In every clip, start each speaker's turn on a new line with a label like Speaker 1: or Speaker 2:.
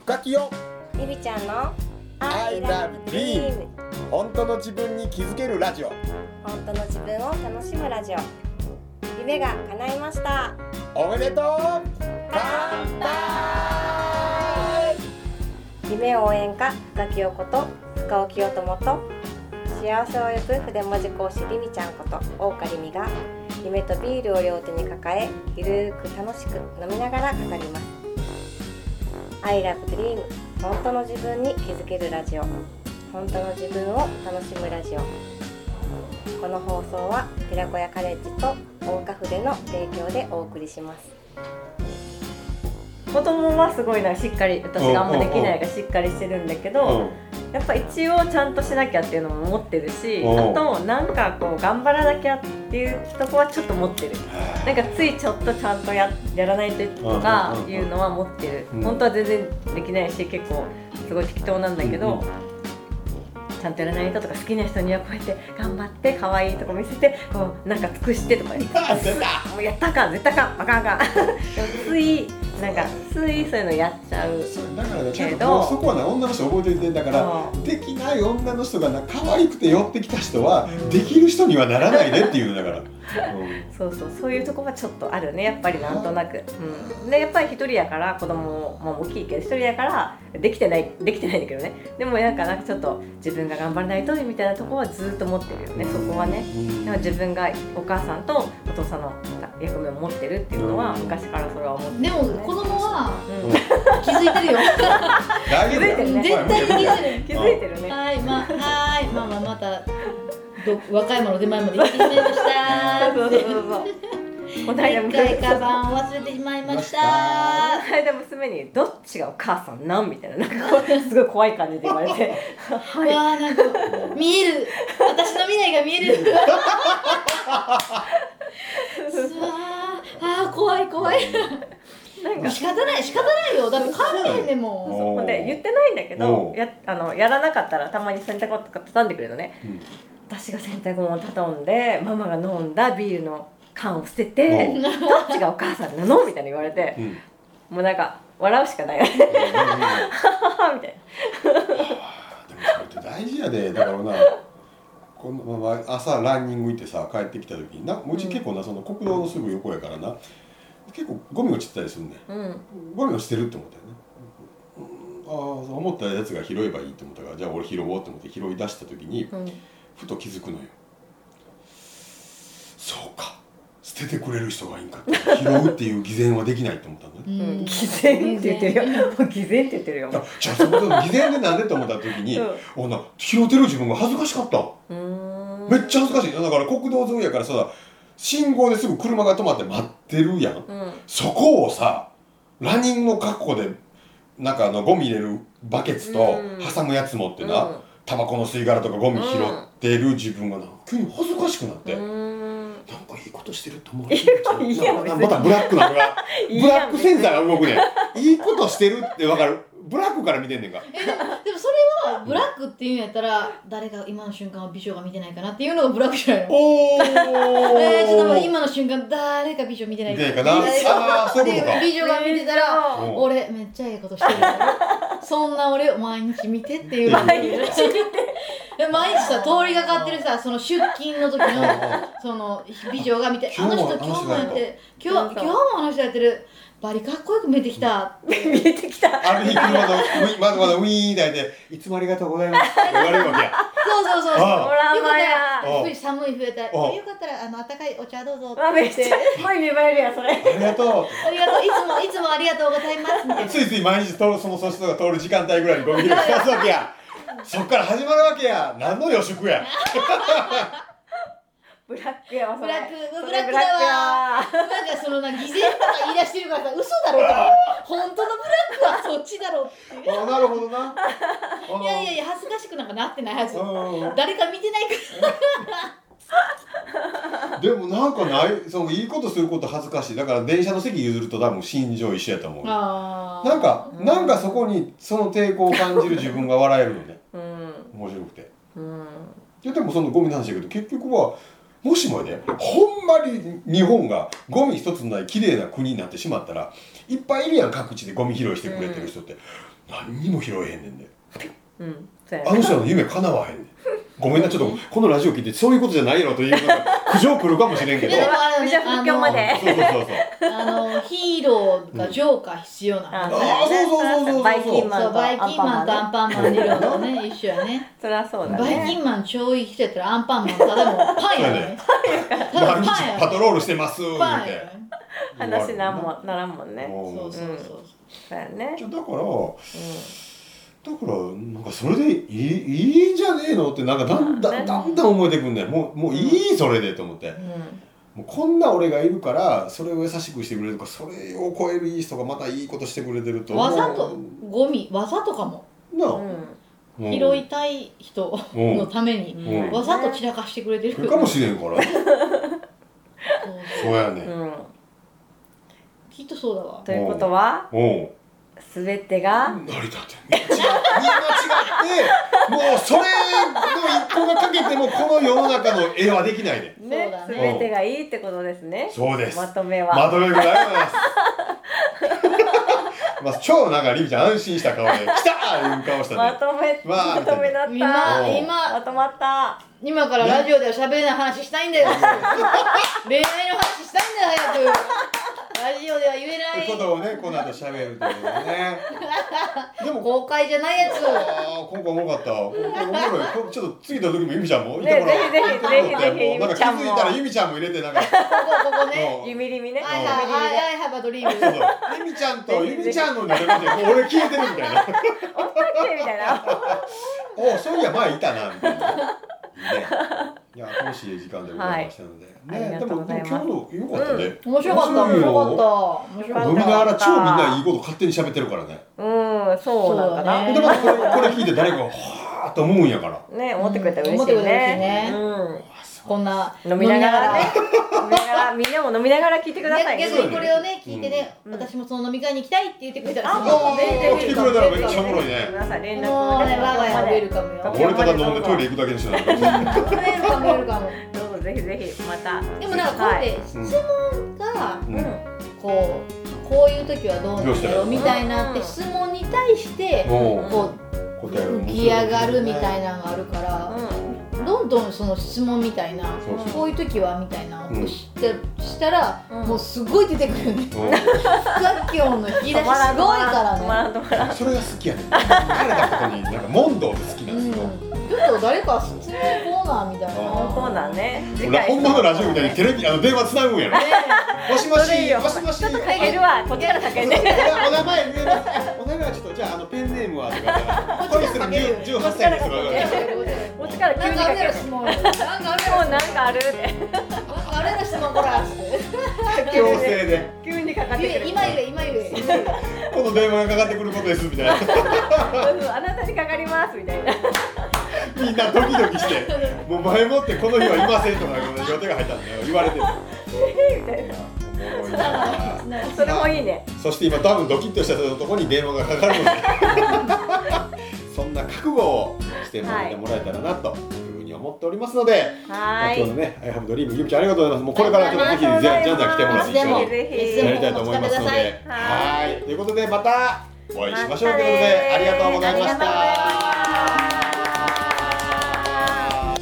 Speaker 1: 深きよ
Speaker 2: ゆりちゃんの
Speaker 1: I love dream 本当の自分に気づけるラジオ
Speaker 2: 本当の自分を楽しむラジオ夢が叶いました
Speaker 1: おめでとう乾杯
Speaker 2: 夢応援歌深木陽子と深尾清友と幸せを呼ぶ筆文字講師りみちゃんこと大岡りみが夢とビールを両手に抱えゆるーく楽しく飲みながら語ります I love dream 本当の自分に気づけるラジオ本当の自分を楽しむラジオこの放送は寺子屋カレッジと大岡筆の提供でお送りします子供はすごいなしっかり私
Speaker 1: があんまできない
Speaker 2: がしっかりしてるんだけ
Speaker 1: う
Speaker 2: ど、
Speaker 1: ん
Speaker 2: やっぱ一応ちゃんとしなきゃっていうのも持ってるしあ
Speaker 1: おう
Speaker 2: となんかこう頑張らなきゃっていうとこはちょっと持ってるなんかついちょっとちゃんとややらないととか
Speaker 1: うんうんうんうん
Speaker 2: いうのは持ってる
Speaker 1: うん
Speaker 2: 本当は全然できないし結構すごい適当なんだけど、ちゃんとやらないととか好きな人にはこうやって頑張って可愛いとこ見せてこうなんか尽くしてとか
Speaker 1: 出た
Speaker 2: もうやったか絶対かあかんあかん でもついなんかついそういうのやっちゃう
Speaker 1: そうだからねちゃん
Speaker 2: け
Speaker 1: と
Speaker 2: ど
Speaker 1: そこはな女の人覚えておいてんだから
Speaker 2: そう
Speaker 1: できない女の人がな可愛くて寄ってきた人はできる人にはならないねっていうのだから、うん
Speaker 2: そうそうそういうとこはちょっとあるねやっぱりなんとなく、うん、でやっぱり一人やから子供も大きいけど一人やからできてないできてないんだけどねでもなんかなんかちょっと自分が頑張らないとみたいなとこはずっと持ってるよねそこはね
Speaker 1: うん
Speaker 2: でも自分がお母さんとお父さんの役目を持ってるっていうのは
Speaker 1: うん
Speaker 2: 昔からそれは思ってる
Speaker 3: でも子供は
Speaker 2: うん
Speaker 1: うん
Speaker 3: 気づいてる よ
Speaker 1: 大丈夫だよ
Speaker 2: 気づいて
Speaker 3: るね
Speaker 1: はい
Speaker 3: 絶対気づいてる
Speaker 2: 気づいてるね
Speaker 3: はいまあはいまあまあまたど若いもの出前まで行ってしまいまし
Speaker 2: そうそう そう
Speaker 3: た
Speaker 2: そうこの間
Speaker 3: 一回カ
Speaker 2: も
Speaker 3: バンを忘れてしまいました
Speaker 1: ま
Speaker 2: この間娘に「どっちがお母さんなん?」みたいななんかこうすごい怖い感じで言われて「はい」
Speaker 3: わあなんか見える私の未来が見え るうわああー怖い怖い
Speaker 2: なんか
Speaker 3: 仕方ない仕方ないよだって帰れへんねんもん
Speaker 1: お
Speaker 2: ほん
Speaker 1: ー
Speaker 2: で言ってないんだけ
Speaker 1: お
Speaker 2: ど
Speaker 1: う
Speaker 2: やあのやらなかったらたまに洗濯物とか畳んでくれるのね
Speaker 1: うん
Speaker 2: 私が洗濯物を畳んでママが飲んだビールの缶を捨てて
Speaker 1: お
Speaker 2: どっちがお母さんなのみたいな言われて
Speaker 1: うん
Speaker 2: もうなんか笑うしかないよ ねみたい
Speaker 1: でもそれって大事やでだからなこのまま朝ランニング行ってさ帰ってきた時になうち結構なその国道のすぐ横やからな結構ゴミ落ちてたりするね
Speaker 2: なうん
Speaker 1: ゴミ落ちてるって思ったよねうんああそう思ったやつが拾えばいいって思ったからじゃあ俺拾おうって思って拾い出した時に
Speaker 2: うん
Speaker 1: ふと気づくのよそうか捨ててくれる人がいいんかって拾うっていう偽善はできないって思った のね
Speaker 2: うん偽善って言ってるよもう 偽善って言ってるよ
Speaker 1: あじゃあそこで偽善でなんでと思った時に、おな拾ってる自分が恥ずかしかった
Speaker 2: うん
Speaker 1: めっちゃ恥ずかしいだから国道沿いやからさ信号ですぐ車が止まって待ってるやん
Speaker 2: うん
Speaker 1: そこをさランニングの格好でなんかあのゴミ入れるバケツと
Speaker 2: うん
Speaker 1: 挟むやつ持ってな、
Speaker 2: うん
Speaker 1: タバコの吸い殻とかゴミ拾ってる自分がな急に恥ずかしくなって、
Speaker 2: うん
Speaker 1: なんかいいことしてると思う
Speaker 2: いいやん
Speaker 1: なな
Speaker 2: 別に
Speaker 1: またブラックなのが
Speaker 2: いい
Speaker 1: ブラ
Speaker 2: や
Speaker 1: ッ
Speaker 2: ん
Speaker 1: クセンサーが動くねんいいことしてるってわかるブラックから見てんねんか
Speaker 3: えでもでもそれはブラックっていうんやったら誰が今の瞬間は美女が見てないかなっていうのがブラックじゃないの
Speaker 1: おお
Speaker 3: えー、ちょっともう今の瞬間誰か美女見てない
Speaker 1: みたいかな
Speaker 3: 誰か
Speaker 1: ああそういうことか
Speaker 3: 美女が見てたら
Speaker 1: うん
Speaker 3: 俺めっちゃええことしてるからそんな俺を毎日見てっていう
Speaker 1: 毎
Speaker 2: 日
Speaker 3: 毎日さ通りがかってるさその出勤の時のその美女が見て「あ
Speaker 1: 今
Speaker 3: の
Speaker 1: 日も
Speaker 3: 人今日もやって今
Speaker 2: そう
Speaker 3: 日
Speaker 2: そ
Speaker 3: 今
Speaker 2: う
Speaker 3: 日もあの人やってるバリかっこよく見えてきた」
Speaker 2: 見えてきた
Speaker 1: ある日車のウィまだまだウィーンだいていつもありがとうございますって言われるわけや
Speaker 3: そうそうそうそう
Speaker 1: あ
Speaker 2: ほら
Speaker 3: よかっ
Speaker 2: ま
Speaker 3: た
Speaker 2: や
Speaker 3: ら冬寒い冬やったら
Speaker 1: あ
Speaker 3: よかったらあの温かいお茶どうぞって
Speaker 2: あめ
Speaker 3: 言
Speaker 2: っ
Speaker 3: っ
Speaker 2: ち
Speaker 3: て
Speaker 2: ゃすごい芽生えるやんそれ
Speaker 1: ありがと
Speaker 3: ありがとういつもいつもありがとうございますみたいうな
Speaker 1: ついつい毎日通るそのその人が通る時間帯ぐらいにゴミ拾いし出すわけやそっから始まるわけや何の予祝や
Speaker 2: ブラックやわそれ
Speaker 3: ブラック
Speaker 2: それ
Speaker 3: ブラックだわ
Speaker 2: ブラックやわ
Speaker 3: なんかそのな偽善とか言い出してるからさ嘘だろと本当のブラックはそっちだろっていう
Speaker 1: あなるほどなあ
Speaker 3: いやいやいや恥ずかしくなんかなってないはず
Speaker 1: うん
Speaker 3: 誰か見てないから
Speaker 1: でもなんかないそのいいことすること恥ずかしいだから電車の席譲ると多分心情一緒やと思う
Speaker 3: あ
Speaker 1: なんかなんかそこにその抵抗を感じる自分が笑えるのね
Speaker 2: うん
Speaker 1: 面白くて
Speaker 2: うん
Speaker 1: いやでもそのゴミの話だけど結局はもしもねほんまに日本がゴミ一つのない綺麗な国になってしまったらいっぱいいるやん各地でゴミ拾いしてくれてる人って、何にも拾えへんねんで
Speaker 2: うんそうや
Speaker 1: あ
Speaker 2: ね
Speaker 1: の人の夢叶わへんねんごめんなちょっとこのラジオ聞いてそういうことじゃないやろというのが苦情来るかもしれんけど
Speaker 3: でもあれ
Speaker 2: じゃ
Speaker 3: だ
Speaker 2: あ
Speaker 3: ねあ
Speaker 2: 副業まで
Speaker 3: の
Speaker 1: そうそうそうそう
Speaker 3: あのヒーローがジョーカー必要な
Speaker 2: あ
Speaker 3: の
Speaker 2: の
Speaker 1: あーそうそうそうそうそう
Speaker 2: バイキンマン
Speaker 3: そう
Speaker 2: と
Speaker 3: バ
Speaker 2: ア
Speaker 3: イ
Speaker 2: ンパ
Speaker 3: キ
Speaker 2: ン
Speaker 3: ン
Speaker 2: マ
Speaker 3: マ
Speaker 2: ン
Speaker 3: ン
Speaker 2: ね
Speaker 3: とアンパンマン理論と ね一緒やね
Speaker 2: そりゃそうだね
Speaker 3: バイキンマン超いい人やったらアンパンマンただもうパンやねただ
Speaker 1: 毎
Speaker 3: の
Speaker 1: 日
Speaker 3: パンや
Speaker 1: パ
Speaker 3: ね
Speaker 1: トロールして ます言うて
Speaker 3: パンやね
Speaker 2: 話なんもならんもんね
Speaker 1: もう
Speaker 3: そうそうそう
Speaker 2: そうやね
Speaker 1: じゃあだからだからなんかそれでいいいいんじゃねえのってなんかだんだ
Speaker 2: まあね
Speaker 1: んだんだん思えてくんだよもうもういいそれでと思って
Speaker 2: うん
Speaker 1: もうこんな俺がいるからそれを優しくしてくれるとかそれを超えるいい人がまたいいことしてくれてると
Speaker 3: そうわざとゴミわざとかも
Speaker 1: な
Speaker 2: う
Speaker 1: あ
Speaker 2: ん
Speaker 1: うん
Speaker 3: 拾いたい人
Speaker 1: うん
Speaker 3: のために
Speaker 1: うん
Speaker 3: わざと散らかしてくれてる
Speaker 1: かもしれんから
Speaker 3: そう
Speaker 1: そうや
Speaker 2: う
Speaker 1: ね
Speaker 2: ん
Speaker 3: きっとそうだわ
Speaker 2: ということは
Speaker 1: うん
Speaker 2: 全てが
Speaker 1: 成り立ってみんな違うみんな違ってもうそれの一個がかけてもこの世の中の絵はできないで
Speaker 2: ね
Speaker 3: そうだ
Speaker 2: 全
Speaker 3: ね
Speaker 2: てがいいってことですね
Speaker 1: そうです
Speaker 2: まとめ
Speaker 1: ま
Speaker 2: は
Speaker 1: とめぐらいありがとうございますまあ超なんかりみちゃん安心した顔で「来た!」いう顔した
Speaker 2: ま
Speaker 1: ね
Speaker 2: とめ
Speaker 1: わー
Speaker 2: まとめだっ
Speaker 3: みん
Speaker 2: た
Speaker 3: な今
Speaker 2: まとまった
Speaker 3: 今からラジオでは喋れない話したいんだ よ恋愛の話したいんだよ早くラジオでは言え
Speaker 1: ってこ
Speaker 3: ない
Speaker 1: とをねこの後喋るということでねでも
Speaker 3: 公開じゃないやつ
Speaker 1: あー今回おもろかったわ今回おもろいこちょっと次の時もゆみちゃんもいて
Speaker 2: ね
Speaker 1: もらおう
Speaker 2: ぜひぜひぜひぜひ
Speaker 1: なんか気づいたらゆみちゃんも入れてなんかそ
Speaker 3: ここここね
Speaker 1: う
Speaker 2: ゆみりみね
Speaker 3: はいはいはいはいハバドリーム
Speaker 1: そうそうゆみちゃんとゆみちゃんの並びでもう俺消えてるみたい な
Speaker 2: みたいな
Speaker 1: おそういや前いたなみたい な。いいねいや楽しい時間でございましたので、
Speaker 2: はいありが
Speaker 1: ね
Speaker 2: と
Speaker 1: で
Speaker 2: うご
Speaker 1: も
Speaker 2: ざ
Speaker 1: でも
Speaker 2: います
Speaker 1: 今日の良かったね、
Speaker 3: 面白かった面
Speaker 1: 面白いよ
Speaker 3: 白かった面白か
Speaker 1: 飲み
Speaker 3: っ
Speaker 1: な
Speaker 3: た
Speaker 1: がら超みんないいこと勝手に喋ってるからね。
Speaker 2: うんそうなんか
Speaker 3: そうだ
Speaker 2: な
Speaker 3: ね
Speaker 1: でまたこれこれ聞いて誰かがはあと思うんやから。
Speaker 2: ね思ってくれたら嬉しい
Speaker 3: うん思ってくれたら嬉し
Speaker 2: ね
Speaker 3: いね
Speaker 2: うん
Speaker 3: こんな
Speaker 2: 飲みながらね飲みながらみんなも飲みながら聞いてくだ さいね
Speaker 3: 逆にこれをね聞いてね、
Speaker 2: うん
Speaker 3: 私もその飲み会に行きたいって言ってくれたら
Speaker 2: あ
Speaker 3: すごい
Speaker 2: もう
Speaker 3: 全然
Speaker 2: 来て
Speaker 1: くれたらめっちゃおもろいね
Speaker 2: 皆さん連絡
Speaker 3: もうね我が家ウェルカム
Speaker 2: どう
Speaker 3: よ
Speaker 1: 俺
Speaker 2: ぞ
Speaker 1: ただ飲んでトイレ行くだけにしてたから。
Speaker 3: ウェルカムウェルカム
Speaker 2: どうぞぜひぜひまた
Speaker 3: でもなんかこうやって質問が
Speaker 1: う
Speaker 2: うんんうん
Speaker 3: こうこういう時はどうな
Speaker 1: どうんした
Speaker 3: だ
Speaker 1: らいい
Speaker 3: ろ
Speaker 1: の
Speaker 3: うみたいなって質問に対して
Speaker 1: も
Speaker 3: こ
Speaker 1: う
Speaker 3: う
Speaker 1: 答えを
Speaker 3: 浮き上がるみた
Speaker 1: い
Speaker 3: いなのがあるからどんどんその質問みたいな
Speaker 1: そうそう
Speaker 3: こういう時はみたいな
Speaker 1: うん
Speaker 3: をしてしたら
Speaker 2: うん
Speaker 3: もうすごい出てくるよね。
Speaker 1: うん
Speaker 3: さっきの引き出しすごいから
Speaker 2: 止
Speaker 3: ね
Speaker 2: ま。らんとまらん
Speaker 1: それが好きやね。慣れたことになんか問答で好きな
Speaker 3: うんん、
Speaker 1: です
Speaker 3: ちょ
Speaker 1: よ。
Speaker 3: っと誰か質問コーナーみたいな。
Speaker 2: このコーナーね次
Speaker 1: 俺
Speaker 2: 回
Speaker 1: 本物のラジオみたいにテレビあの電話つなぐんやろ。もしも
Speaker 2: それいい
Speaker 1: し
Speaker 2: よ
Speaker 1: もしもし。
Speaker 2: ちょっとかけるわこっちからかけるね
Speaker 1: お名前言えますあお名前はちょっとじゃああのペンネームはとか恋する十八歳ですとか
Speaker 2: こっちから急
Speaker 3: なん
Speaker 2: に
Speaker 3: かあ
Speaker 2: か
Speaker 3: る
Speaker 2: け
Speaker 3: や
Speaker 2: る
Speaker 3: ろ質問。なんかある
Speaker 2: もう
Speaker 3: や
Speaker 2: なんかあるって
Speaker 3: ろ。なんかあるやろ質問これ。
Speaker 1: 強制で
Speaker 2: 急にかかってくる
Speaker 3: 今言え今言え。
Speaker 1: この電話がかかってくることですみたいな
Speaker 2: うんあなたにかかりますみたいな
Speaker 1: みんなドキドキしてもう前もってこの日はいませんとか予定が入ったんだよ言われてる
Speaker 2: みたいな
Speaker 1: おもろいな
Speaker 2: それもいいね
Speaker 1: そして今多分ドキッとしたところに電話がかかるので そんな覚悟をして学んでもらえたらなというふうに思っておりますので、ま
Speaker 2: は
Speaker 1: あ今
Speaker 2: ー
Speaker 1: 日
Speaker 2: い
Speaker 1: のね「アイハブドリームゆきちゃんありがとうございますもうこれからちょっとぜひじゃんじゃんじゃん来てもらって一緒に。
Speaker 2: ぜひぜひ
Speaker 1: やりたいと思いますので。
Speaker 2: はい
Speaker 1: はい。ということでまたお会いしましょう
Speaker 2: またねー
Speaker 1: ということでありがとうございまし
Speaker 2: あ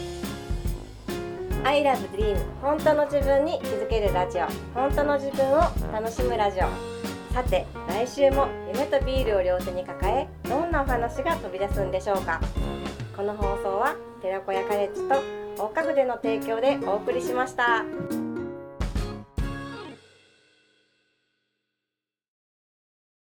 Speaker 1: た。
Speaker 2: 「アイラブドリーム本当の自分に気づけるラジオ本当の自分を楽しむラジオ」さて来週も夢とビールを両手に抱えどんなお話が飛び出すんでしょうかこの放送は寺子屋カレッジと大家具での提供でお送りしました。